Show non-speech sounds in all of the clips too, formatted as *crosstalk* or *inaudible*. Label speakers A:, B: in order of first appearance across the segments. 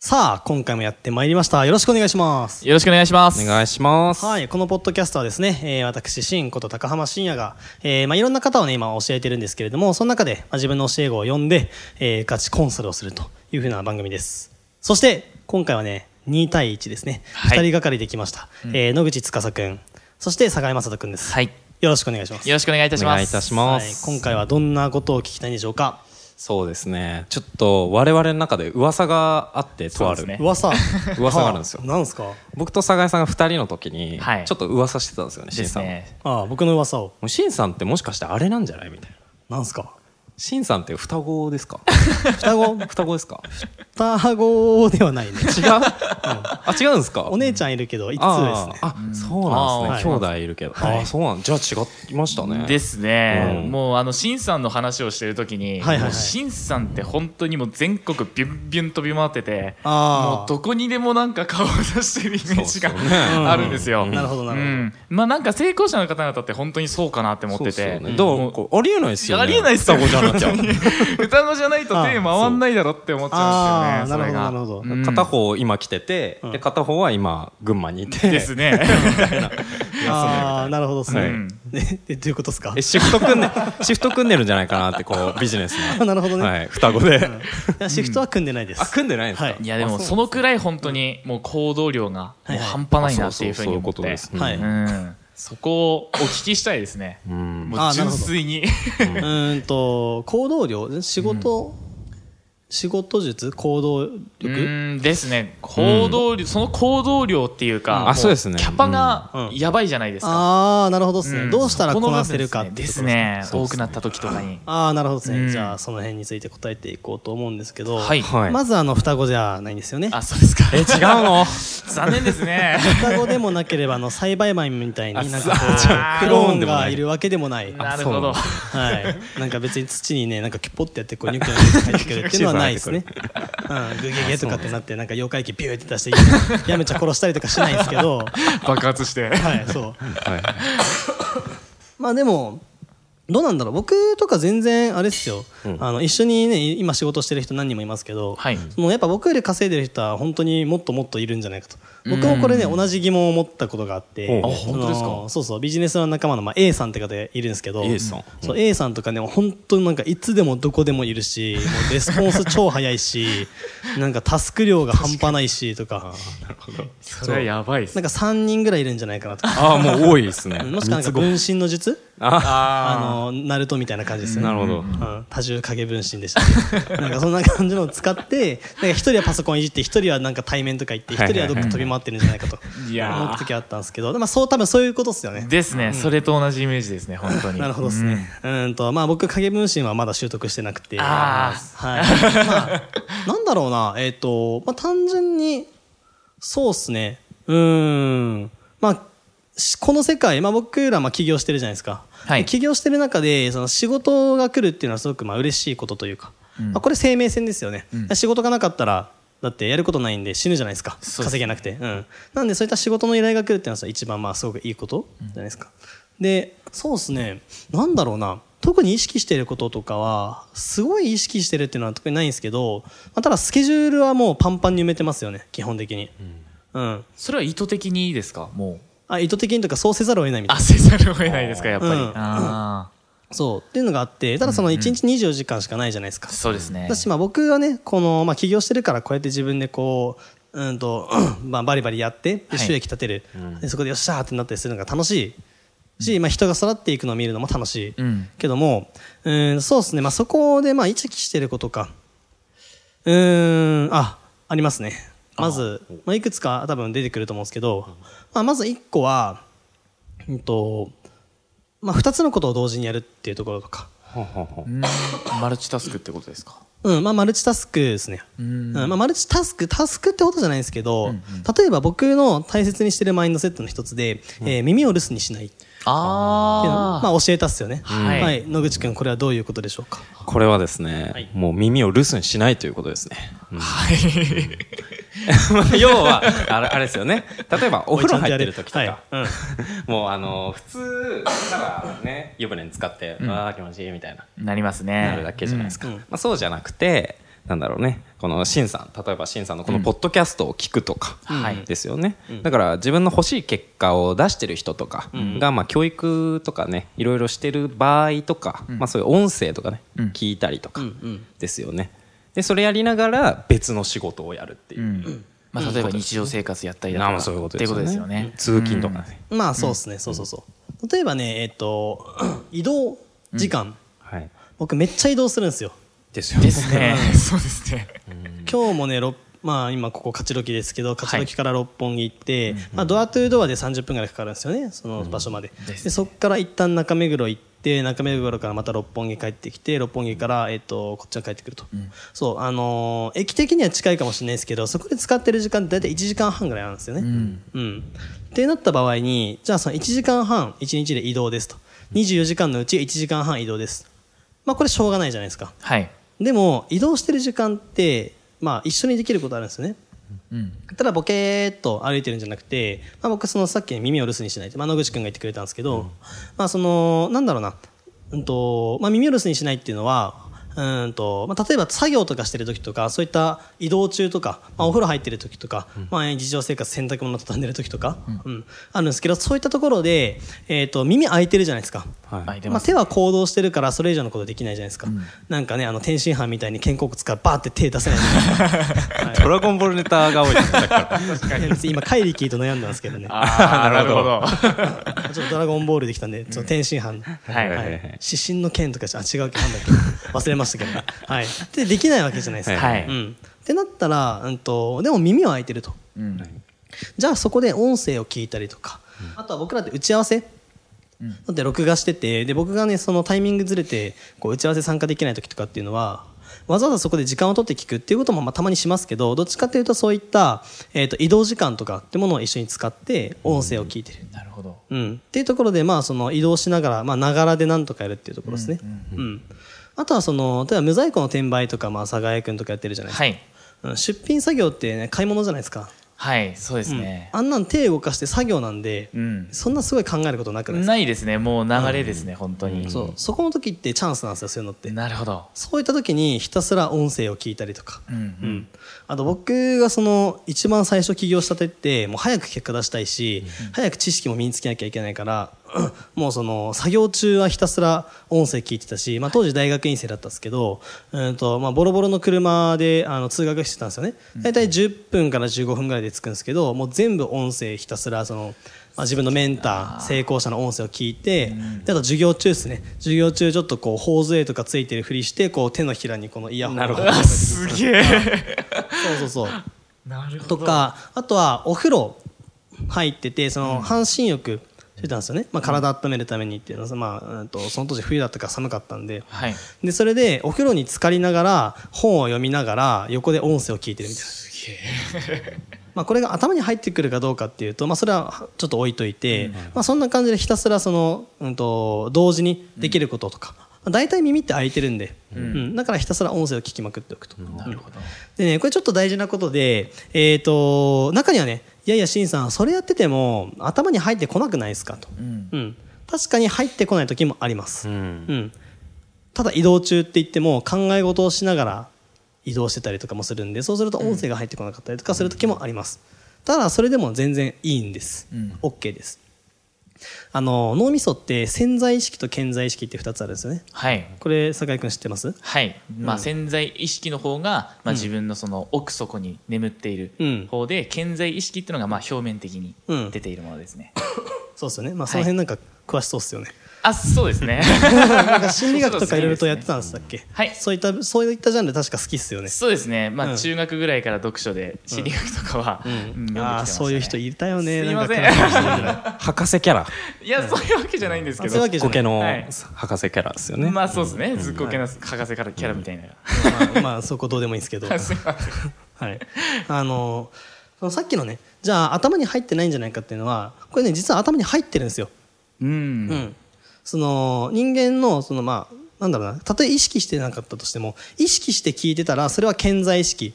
A: さあ、今回もやってまいりました。よろしくお願いします。
B: よろしくお願いします。
C: お願いします。
A: はい、このポッドキャストはですね、えー私、シンこと高浜信也が、えーまあ、いろんな方をね、今教えてるんですけれども、その中で、まあ自分の教え子を呼んで、えーガチコンサルをするというふうな番組です。そして、今回はね、2対1ですね。
B: はい
A: 2人がかりできました。えー野口司くん、そして坂井雅人くんです。
B: はい。
A: よろしくお願いします。
B: よろしくお願いいたします。
C: お願いいたしま
A: はい、今回はどんなことを聞きたいんでしょうか
C: そうですね。ちょっと我々の中で噂があってとあ
B: そう
C: る、
B: ですね
A: 噂
C: 噂があるんですよ
A: はあなんですか
C: 僕と酒井さんが2人の時に
B: はい
C: ちょっと噂してたんですよね、し
B: で
C: ん
B: す
C: さんは。
B: ね。
A: ああ、僕の噂を。
C: もうしんさんってもしかしてあれなんじゃないみたいな。
A: なんですか
C: しんさんって双子で
B: *laughs*
C: すか
A: 双子
C: 双子ですか
A: 双子ではないね。
C: 違う、あ、違うんですか
A: お姉ちゃんいるけど、5つですね。
C: あーあ、そうなんですね。
A: うん
C: 兄弟いるけど。
A: はい
C: ああ、そうなんじゃあ違いましたね。
B: ですね。
C: うん
B: もうあの、シンさんの話をしてる時
A: は
B: に、
A: いはいはい
B: もうシンさんって本当にもう全国ビュンビュン飛び回ってて、
A: あー
B: もうどこにでもなんか顔を出してるイメージが
C: そうっすよね
B: *laughs* あるんですよ。
A: なるほど、な
B: う
A: る
B: ん。まあなんか成功者の方々って本当にそうかなって思っ
C: そ
B: て
C: うですよ
B: て。
C: ね。ど
B: も
C: うこうありえないですよね。
B: ありえないっすよ
C: 双子じゃなきゃ。
B: 双子じゃないと手回んないだろって思っちゃうんですよね。
A: あー
B: それが
A: なるほどなるほど
B: うん
C: 片方今来てて、
A: うん
C: で片方は今群馬にいて。
B: ですね。
C: *laughs*
A: ほど。ああ、なるほどです
B: う
A: ね
B: ん。
A: ねえどういうことですか
C: えシフト組んで、シフト組んでるんじゃないかなって、こう、ビジネス
A: あ *laughs*
C: の。
A: なるほどね、
C: はい、双子で。
A: いやシフトは組んでないです。
C: あ、組んでないんですか
A: はい
B: いやでもそのくらい本当にもう行動量がもう半
C: あ
B: 端ないな
C: そう
B: って
C: そ
B: いうふ
C: う
B: う
C: そう
B: に
C: いう
B: 思
C: こ
B: っ
C: とで
B: て
C: す。
A: はいううん
B: そこをお聞きしたいですね
C: うん
B: もう
A: あなる
B: 純
A: ほど
B: 粋に
A: うーんと、行動量、仕事、仕事術、行動
B: う
A: 力、
B: んですね行動量その行動量っていうか
C: あ
B: もう
C: そうですね
B: キャパ
A: うん
B: が
A: うん
B: やばいじゃないですか
A: ああ、なるほどですね、
B: うん
A: どうしたら
B: そ
A: こ
B: の
A: なせるかっ
B: 部
A: て
B: 分
A: いう
B: で
A: こと
B: すねです
C: そ
B: ね
C: うで
B: 多
C: す
B: く
C: ね
B: なった時とかに
A: ああ、なるほどですね、
B: うん
A: じゃあ、その辺について答えていこうと思うんですけど、
B: はい
C: はい。
A: まずあの双子じゃないんですよね。
B: あそう
C: *laughs*
B: ですか
C: え、違うの
B: 残念です
C: *laughs*
B: ね
A: 双子でもなければ、あの、栽培マンみたいになんかこ
B: あじゃ
A: う、
B: あ
A: クローンがい
C: ク
A: るわけでもない。
B: なるほ
C: そうな
B: ど
C: んだ
A: はい。なんか別に土にね、なんかキュポってやって、こう、ニュキニュキ入ってくるっていうのはないですね。うん。グゲゲとかってなって、なんか妖怪機ピューって出して、やめちゃ殺したりとかしないんですけど、
B: 爆発して
A: はい、そう。
C: はい。
A: まあでも、どうなんだろう僕とか全然あれですよ、あの一緒にね今仕事してる人何人もいますけど、
B: はい
A: そのやっぱ僕より稼いでる人は本当にもっともっといるんじゃないかと僕もこれね同じ疑問を持ったことがあって
C: ほうあ
A: その
B: 本当ですか
A: そうそうビジネスの仲間の、まあ、A さんって方いるんですけど
C: A さん
A: そう A さんとかね本当になんかいつでもどこでもいる
B: *laughs*
A: しもうレスポンス超早いしなんかタスク量が半端ないしとか
B: それはやばいです
A: なんか3人ぐらいいるんじゃないかなと
B: *laughs*
A: か
C: ああ、もう多いですね。
A: もしくはなんか分身の術
C: あ
A: あのナルトみたいな感じです
C: あ、
A: よね
C: なるほど。
A: うん多重影分身でした *laughs* っけなんかそんな感じのを使ってなんか一人はパソコンいじって一人はなんか対面とか行って
C: は
A: 一
C: いはい
A: 人
C: は
A: はいどっか飛び回ってるんじゃないかと
B: いやー
A: 思う時あったんですけどまあそう多分そういうことですよね
B: ですねそれと同じイメージですね本当に
A: なるほどですねうんとまあ僕影分身はまだ習得してなくて
B: あ
A: はい *laughs* まあなんだろうなえっ、とまあ単純にそうっすねうーんまあしこの世界、まあ、僕らまあ起業してるじゃないですか、
B: はい
A: で起業してる中でその仕事が来るっていうのはすごくまあ嬉しいことというか、まあ、これ生命線ですよね、仕事がなかったらだってやることないんで死ぬじゃないですか
B: そうですね
A: 稼げなくて、うん、なんでそういった仕事の依頼が来るっていうのは一番まあすごくいいことじゃないですか、でそうですねなんだろうな特に意識してることとかはすごい意識してるっていうのは特にないんですけど、まあ、ただスケジュールはもうパンパンに埋めてますよね基本的に、うん、
B: それは意図的にですかもう
A: あ意図的にというかそうせざるを得ないみたいな
B: あせざるを得ないですかやっぱり、
A: うん
B: あ
A: そうっていうのがあってただその1日24時間しかないじゃないですか、
B: あそうですね
A: だしまあ僕はねこの、まあ、起業してるからこうやって自分でこううんと、 *clears throat* まあ、バリバリやって
B: はい
A: 収益立てる、でそこでよっしゃーってなったりするのが楽しいし、まあ、人が育っていくのを見るのも楽しい、
B: うん
A: けどもうんそうですね、まあ、そこでまあ意識してることかうーんあありますねまずまあ、いくつか多分出てくると思うんですけど、まあ、まず1個は、うんとまあ、2つのことを同時にやるっていうところとか
C: ほうほうほ
B: う
C: う
B: んマルチタスクってことですか
A: うん、まあマルチタスクですね。
B: うん
A: うんまあ、マルチタスク、タスクってことじゃないんですけど、
B: うんうん
A: 例えば僕の大切にしてるマインドセットの一つで、えー耳を留守にしないっていうの
B: あ
A: まあ教えたっすよね。
D: はい
A: はい。野口くん、これはどういうことでしょうか
C: これはですね、
A: はい
C: もう耳を留守にしないということですね。うん
B: はい。
C: 要は、あれあれですよね。例えば、お風呂入ってる時と
A: はい
C: か、
A: うん
C: もうあの、普通、なんかね、湯船に浸って、
B: ん
C: わあ気持ちいいみたいな、
B: なりますね。
C: なるだけじゃないですか。
A: うん
C: まあそうじゃなくて、なんだろうね、このシンさん、例えばシンさんのこの
B: うん
C: ポッドキャストを聞くとか
B: はい、
C: ですよね。
A: ん
C: だから自分の欲しい結果を出してる人とかが、まあ教育とかね、いろいろしてる場合とか、
B: ん
C: まあそういう音声とかね、
B: うん
C: 聞いたりとか
A: うんうん
C: ですよね。で、それやりながら別の仕事をやるっていうう。
B: ん。まあ、例えば日常生活やったりだ
C: あ
B: と
C: ま
B: か。
C: あそういうこ
B: っ
C: と
B: ていうことですよね。
C: 通勤とかね。
A: まあそうですね、そうそうそう。例えばね、えっ、と、 *clears throat* 移動時間、
C: はい。
A: 僕めっちゃ移動するんですよ。
C: ですよ
B: で
C: ね。
B: すね。 *laughs* そうですね。
A: 今日もね、ろっまあ今ここ勝どきですけど、勝どきから六本木行って、まあドアトゥードアで30分ぐらいかかるんですよね、その場所まで。
B: で
A: です
B: ね
A: そこから一旦中目黒行って、中目黒からまた六本木帰ってきて、六本木から、えっと、こっちは帰ってくると。そう、あのー駅的には近いかもしれないですけど、そこで使ってる時間って大体1時間半ぐらいなんですよね。
B: うん。
A: うん。ってなった場合に、じゃあその1時間半、1日で移動ですと。24時間のうち1時間半移動です。まあこれしょうがないじゃないですか。
B: はい。
A: でも、移動してる時間って、まあ一緒にできることあるんですよね。
B: うん。
A: ただボケーっと歩いてるんじゃなくて、まあ、僕そのさっき耳を留守にしないって、まあ、野口くんが言ってくれたんですけど、まあそのなんだろうな、うんとまあ、耳を留守にしないっていうのはうんと、まあ、例えば作業とかしてる時とかそういった移動中とか、まあ、お風呂入ってる時とか、まあ、日常生活洗濯物畳んでる時とか、うんあるんですけどそういったところで、えー、と耳開いてるじゃないですか。
C: は。
B: はいい、出
A: ま
B: ま
A: あ、
B: す。
A: 手は行動してるからそれ以上のことできないじゃないですか、なんかねあの天津飯みたいに肩甲骨からバーって手出せないじゃないですか
C: ドラゴンボールネタが多いで
B: *laughs*
C: すね。
A: いや別に今カイリキーと悩んだんですけどね
B: ああ、なるほど。
A: ちょっとドラゴンボールできたんで、ちょっと天津飯。
B: はいはい
C: はい
A: 指針の剣とかし、あ、違う剣なんだっけ忘れましたけどね。はい。で、できないわけじゃないですか。
B: は
A: う
B: い。
A: ん。ってなったら、うんと、でも耳は開いてると。
B: うん。
A: じゃあそこで音声を聞いたりとか、あとは僕らって打ち合わせ。
B: うん
A: だって録画してて、で、僕がね、そのタイミングずれて、こう、打ち合わせ参加できない時とかっていうのは、わざわざそこで時間を取って聞くっていうこともまあたまにしますけど、どっちかというとそういった、えっ、と、移動時間とかってものを一緒に使って、音声を聞いてる。
B: なるほど。
A: うん、っていうところで、まあ、その移動しながら、まあ、ながらでなんとかやるっていうところですね。うんあとはその、例えば無在庫の転売とか、まあ、佐賀屋くんとかやってるじゃないですか。
B: はい。
A: うん出品作業って、ね、買い物じゃないですか。
B: はい、そうですね。
A: あんなん手動かして作業なんで、
B: うん。
A: そんなすごい考えることなくないですか、
B: ないですね。もう流れですね、本当に。
A: そう。そこの時ってチャンスなんですよ、そういうのって。
B: なるほど。
A: そういった時にひたすら音声を聞いたりとか。
B: うんうん。
A: あと僕がその一番最初起業したてってもう早く結果出したいし、早く知識も身につけなきゃいけないから、 *clears throat* もうその作業中はひたすら音声聞いてたし、まあ、当時大学院生だったんですけど、うんとまあ、ボロボロの車であの通学してたんですよね大体10分から15分ぐらいで着くんですけどもう全部音声ひたすらその。まあ、自分のメンター成功者の音声を聞いて、であと授業中ですね授業中ちょっとこう頬杖とかついてるふりしてこう手のひらにこのイヤホンを
B: あすげ
A: *laughs*
B: え。
A: そうそうそう
B: なるほ
A: と
B: ど。
A: か、あとはお風呂入ってて、その半身浴してたんですよね。まあ体温めるためにっていうのは、まあ、うんとその当時冬だったから寒かったんで。
B: はい。
A: で、それでお風呂に浸かりながら、本を読みながら、横で音声を聞いてるみたいな。まあこれが頭に入ってくるかどうかっていうと、まあそれはちょっと置いといて、まあそんな感じでひたすらその、うんと、同時にできることとか。まあ大体耳って開いてるんで、うんだからひたすら音声を聞きまくっておくと。
B: なるほど。
A: でね、これちょっと大事なことで、えっ、と、中にはね、いやいや、しんさん、それやってても頭に入ってこなくないですかと。
B: うん。
A: うん。確かに入ってこない時もあります。
C: う
A: うん。
C: ん。
A: ただ移動中って言っても考え事をしながら移動してたりとかもするんで、そうすると音声が入ってこなかったりとかする時もあります。ただ、それでも全然いいんです。
B: うん
A: OK です。あの、脳みそって潜在意識と顕在意識って2つあるんですよね。
B: はい。
A: これ、酒井君知ってます
B: はい、まあ、
A: うん
B: 潜在意識の方が、まあ、自分のその奥底に眠ってい
A: うん
B: る方で、顕在意識っていうのがまあ表面的に
A: うん
B: 出ているものですね。
A: そうですよね。まあ、
B: い
A: その辺なんか、詳しそうですよね。
B: あそうで
A: *laughs*
B: すね
A: なんか心理学とかいろいろとやってたんでしたっけ
B: *laughs* はい
A: そういった、そういったジャンル確か好きっすよね。
B: そうですねまあ、
A: うん
B: 中学ぐらいから読書で心理学とかは、うん読んできてましたね
A: ああ、そういう人いたよね。
B: すいません
A: なんか暗い人いるね
C: 博士キャラ
B: いやそういうわけじゃないんですけ
A: そういう
B: ど
A: わけじゃ
C: コ
A: な
C: ケ
A: い。
C: の
B: はい
C: 博士キャラですよね、
B: まあそうですねずっこけな博士からキャラみたいな、
A: まあ、まあ、そこどうでもいいですけ
B: *laughs*
A: ど。
B: すいません
A: はい、あのそのさっきのねじゃあ頭に入ってないんじゃないかっていうのはこれね実は頭に入ってるんですよ。
B: うん
A: うん、その人間のそのまあなんだろうなたとえ意識してなかったとしても意識して聞いてたらそれは健在意識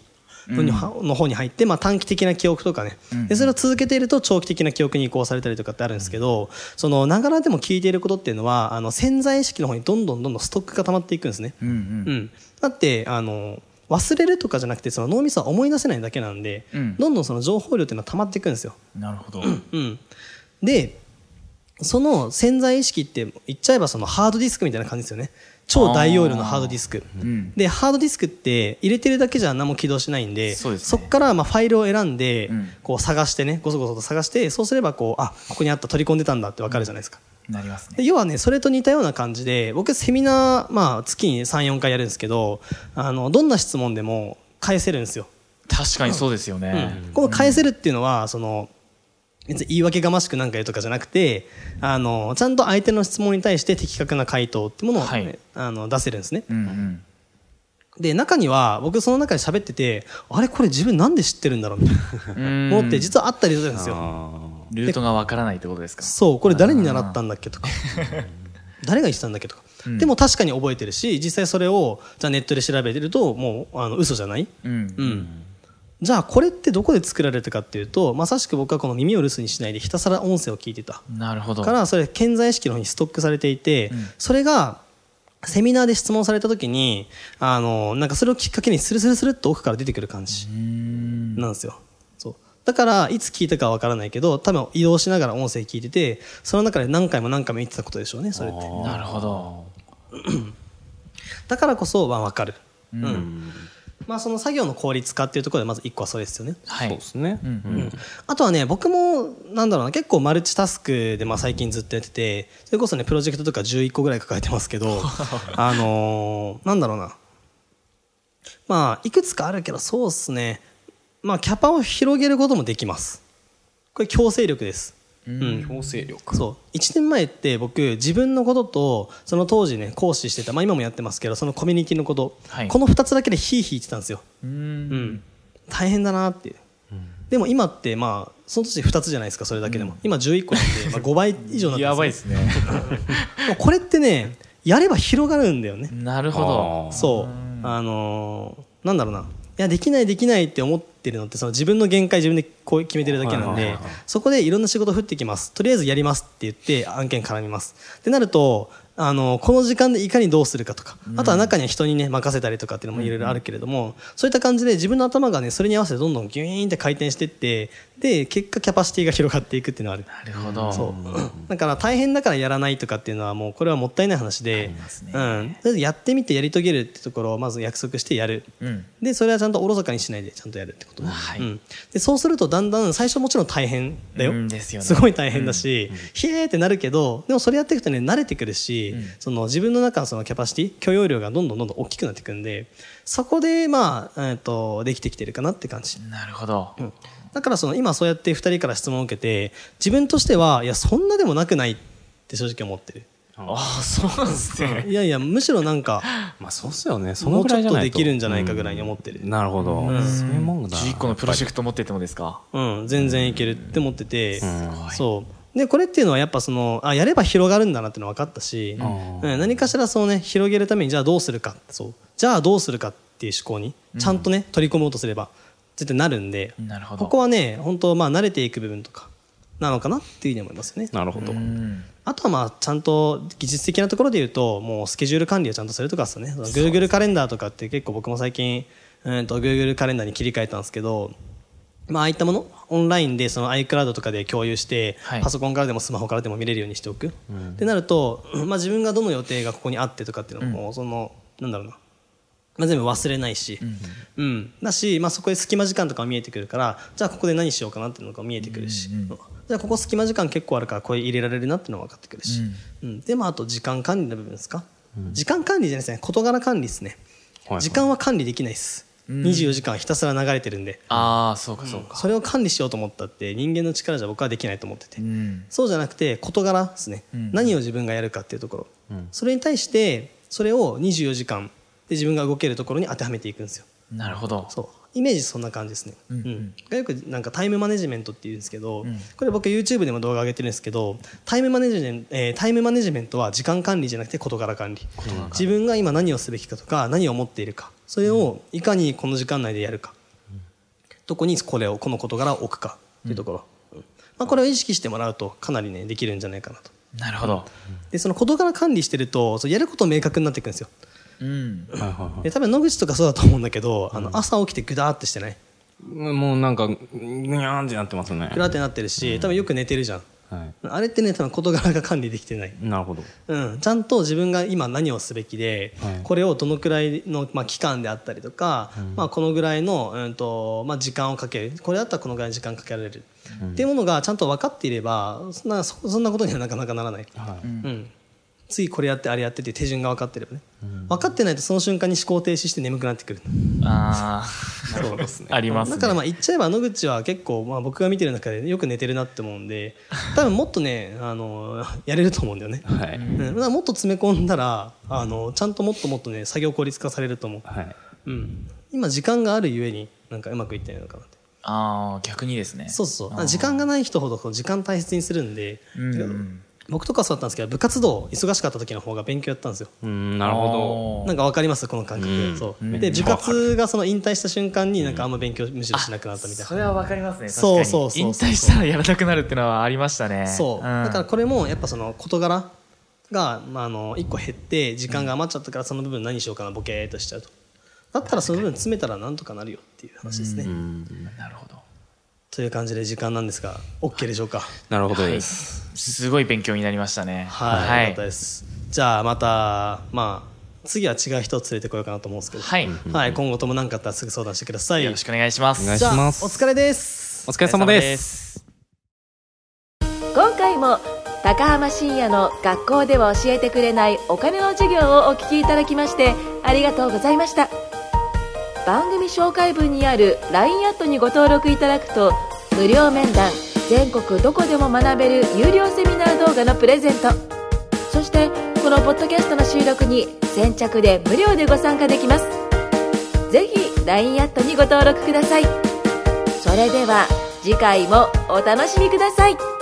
A: の,、の方に入って、まあ、短期的な記憶とかねでそれを続けていると長期的な記憶に移行されたりとかってあるんですけどそのながらでも聞いていることっていうのはあの潜在意識の方にどんどんどんどんストックが溜まっていくんですね。
B: うんうん
A: うん、だってあの忘れるとかじゃなくてその脳みそは思い出せないだけなんで、
B: うん
A: どんどんその情報量っていうのは溜まっていくんですよ。
B: なるほど、
A: うん、でその潜在意識って言っちゃえばそのハードディスクみたいな感じですよね超大容量のハードディスク。
B: うん、
A: でハードディスクって入れてるだけじゃ何も起動しないんで
B: そうですね
A: こからまあファイルを選んで、
B: うん
A: こう探してねごそごそと探してそうすればこうあここにあった取り込んでたんだってわかるじゃないですか。
B: なりますね
A: で要はねそれと似たような感じで僕セミナー、まあ、月に34回やるんですけどあのどんな質問でも返せるんですよ。
B: 確かにそうですよね、
A: この返せるっていうのはその別に言い訳がましくなんか言うとかじゃなくてあのちゃんと相手の質問に対して的確な回答ってものをね、
B: はい
A: あの出せるんですね。
B: うんうん
A: で中には僕その中で喋っててあれこれ自分なんで知ってるんだろうみたいなものって実はあったりするんですよ。
B: ルートがわからないってことですか
A: そうこれ誰に習ったんだっけとか誰が言ってたんだっけとか、でも確かに覚えてるし実際それをじゃあネットで調べてるともうあの嘘じゃない、
B: うん
A: うん、じゃあこれってどこで作られたかっていうとまさしく僕はこの耳を留守にしないでひたすら音声を聞いてた
B: なるほど
A: からそれ健在意識の方にストックされていて、それがセミナーで質問された時にあのなんかそれをきっかけにスルスルスルっと奥から出てくる感じなんですよ。そうだからいつ聞いたかわからないけど多分移動しながら音声聞いててその中で何回も何回も言ってたことでしょうねそれって
B: なるほど
A: だからこそは分かる、うんまあ、その作業の効率化っていうところでまず1個はそれですよね
B: はい
C: そうですね、
A: あとはね僕もなんだろうな結構マルチタスクでまあ最近ずっとやっててそれこそねプロジェクトとか11個ぐらい抱えてますけ
B: *laughs*
A: どあのーなんだろうなまあいくつかあるけどそうっすねまあキャパを広げることもできますこれ強制力ですうん、
C: 強制力
A: そう1年前って僕自分のこととその当時ね講師してた、まあ、今もやってますけどそのコミュニティのこと、
B: はい
A: この2つだけでヒーヒー言ってたんですよ、
B: う
A: うんん、大変だなっていう、でも今ってまあその時2つじゃないですかそれだけでも、今11個なんで、まあ、5倍以上なんですよ
B: やばいですね
A: でもこれってねやれば広がるんだよね
B: なるほ
C: あー
A: そうあのーなんだろうないやできないできないって思ってるのってその自分の限界自分でこう決めてるだけなんでそこでいろんな仕事降ってきますとりあえずやりますって言って案件絡みますってなるとあのーこの時間でいかにどうするかとかあとは中には人にね任せたりとかっていうのもいろいろあるけれどもそういった感じで自分の頭がねそれに合わせてどんどんギューンって回転してってで結果キャパシティが広がっていくっていうのはある
B: どなるほど
A: そうだ *clears throat* から大変だからやらないとかっていうのはもうこれはもったいない話で、うん、とりあえずやってみてやり遂げるってところをまず約束してやる、
B: うん
A: でそれはちゃんとおろそかにしないでちゃんとやるってこと、
B: はい
A: うん、でそうするとだんだん最初もちろん大変だよ、
B: うんですよね
A: すごい大変だし、ひえーってなるけどでもそれやっていくとね慣れてくるし、その自分の中のそのキャパシティ許容量がどんどんどんどん大きくなっていくんでそこでまあ、えー、とできてきてるかなって感じ。
B: なるほど
A: だからその今そうやって2人から質問を受けて自分としてはいやそんなでもなくないって正直思ってる
B: ああそうなんですね
A: いやいやむしろなんか
C: まあそうっすよねそ
A: も
C: の
A: う
C: ぐ
A: ち
C: ら
A: ょ
C: い
A: っ
C: じゃ
A: と
C: ない
A: で
C: と
A: きるんじゃないかぐらいに思ってる
C: なるほど、そういうもんだ
B: 11個のプロジェクト持ってってもですか
A: うん、全然いけるって思ってて、
C: ん
A: そうでこれっていうのはやっぱそのあやれば広がるんだなっての分かったし、
C: ん
A: うん何かしらそうね広げるためにじゃあどうするかそうじゃあどうするかっていう思考にちゃんとね、取り込もうとすれば絶対なるんで
B: なるほど
A: ここはね本当まあ慣れていく部分とかなのかなっていうふうに思いますよね。
C: なるほど、
B: うん
A: あとはまあちゃんと技術的なところで言うともうスケジュール管理をちゃんとするとかですね Google カレンダーとかって結構僕も最近うんと Google カレンダーに切り替えたんですけどまあああいったものオンラインでその iCloud とかで共有して、
B: はい
A: パソコンからでもスマホからでも見れるようにしておく、ってなると、まあ、自分がどの予定がここにあってとかっていうのも、そのなんだろうなまあ、全部忘れないし、うんだし、まあ、そこで隙間時間とかも見えてくるからじゃあここで何しようかなっていうのが見えてくるし、じゃあここ隙間時間結構あるからこれ入れられるなっていうのが分かってくるし、うんでまあ、あと時間管理の部分ですか、時間管理じゃないですね事柄管理ですね、
C: はいはい
A: 時間は管理できないです、24時間ひたすら流れてるんで
B: ああそうかそうか、
A: それを管理しようと思ったって人間の力じゃ僕はできないと思ってて、
B: うん
A: そうじゃなくて事柄ですね、何を自分がやるかっていうところ、それに対してそれを24時間で自分が動けるところに当てはめていくんですよ
B: なるほど
A: そうイメージそんな感じですね、うんよくなんかタイムマネジメントっていうんですけど、
B: ん
A: これ僕 YouTube でも動画上げてるんですけどタイムマネジメント、えータイムマネジメントは時間管理じゃなくて事柄管理自分が今何をすべきかとか何を持っているかそれをいかにこの時間内でやるか、どこにこれをこの事柄を置くかっていうところ、うんまあ、これを意識してもらうとかなりねできるんじゃないかなと
B: なるほど
A: でその事柄管理してるとそうやること明確になっていくんですよ
B: うん
C: はいはいは
A: で多分野口とかそうだと思うんだけどあの朝起きてグダーってしてない
C: いもうなんかぐにゃーんってなってますね
A: グラってなってるし多分よく寝てるじゃん
C: は
A: あれってね多分事柄が管理できてない、
C: いなるほど
A: うん、ちゃんと自分が今何をすべきで、
C: はい
A: これをどのくらいの、まあ、期間であったりとか、まあ、このぐらいの、うんとまあ、時間をかけるこれだったらこのぐらいの時間かけられる、っていうものがちゃんと分かっていればそんなそそんなことにはなかなかならない、
C: は
A: うん次これやってあれやってって手順が分かってればね、分かってないとその瞬間に思考停止して眠くなってくる。
B: あ
C: なるほどですね
B: あありますね
A: だからまあ言っちゃえば野口は結構まあ僕が見てる中でよく寝てるなって思うんで多分もっとねあのやれると思うんだよね、
C: はい
A: うん、だからもっと詰め込んだらあのちゃんともっともっとね作業効率化されると思う、
C: はい
A: うん、今時間があるゆえになんかうまくいってないのかなって
B: あー逆にですね
A: そうそうそう時間がない人ほどこう時間大切にするんで、
B: うんうん
A: 僕とかそうだったんですけど部活動忙しかった時の方が勉強やったんですよ
C: うんなるほ
B: あー
A: なんかわかりますこの感覚、
C: うん
A: そうで部活がその引退した瞬間になんかあんま勉強むしろしなくなったみたいな
B: それはわかりますね確か
A: そう
B: に
A: そうそう
B: 引退したらやらなくなるってのはありましたね
A: そう、
B: ん
A: だからこれもやっぱその事柄が、まあ、あの1個減って時間が余っちゃったからその部分何しようかなボケーっとしちゃうとだったらその部分詰めたらなんとかなるよっていう話ですね、
C: どうん
B: なるほど
A: という感じで時間なんですが OK でしょうか
C: なるほどです
B: すごい勉強になりましたね
A: はい、よかった
B: はい
A: ですじゃあまたまあ次は違う人を連れてこようかなと思うんですけど
B: はい
A: はい、今後とも何かあったらすぐ相談してください
B: よろしくお願いします
C: お願いし
A: じゃあお
C: ます
A: 疲れです
C: お疲れ様です
B: す
E: 今回も高浜深也の学校では教えてくれないお金の授業をお聞きいただきましてありがとうございました番組紹介文にある LINE アットにご登録いただくと無料面談全国どこでも学べる有料セミナー動画のプレゼントそしてこのポッドキャストの収録に先着で無料でご参加できますぜひ LINE アットにご登録くださいそれでは次回もお楽しみください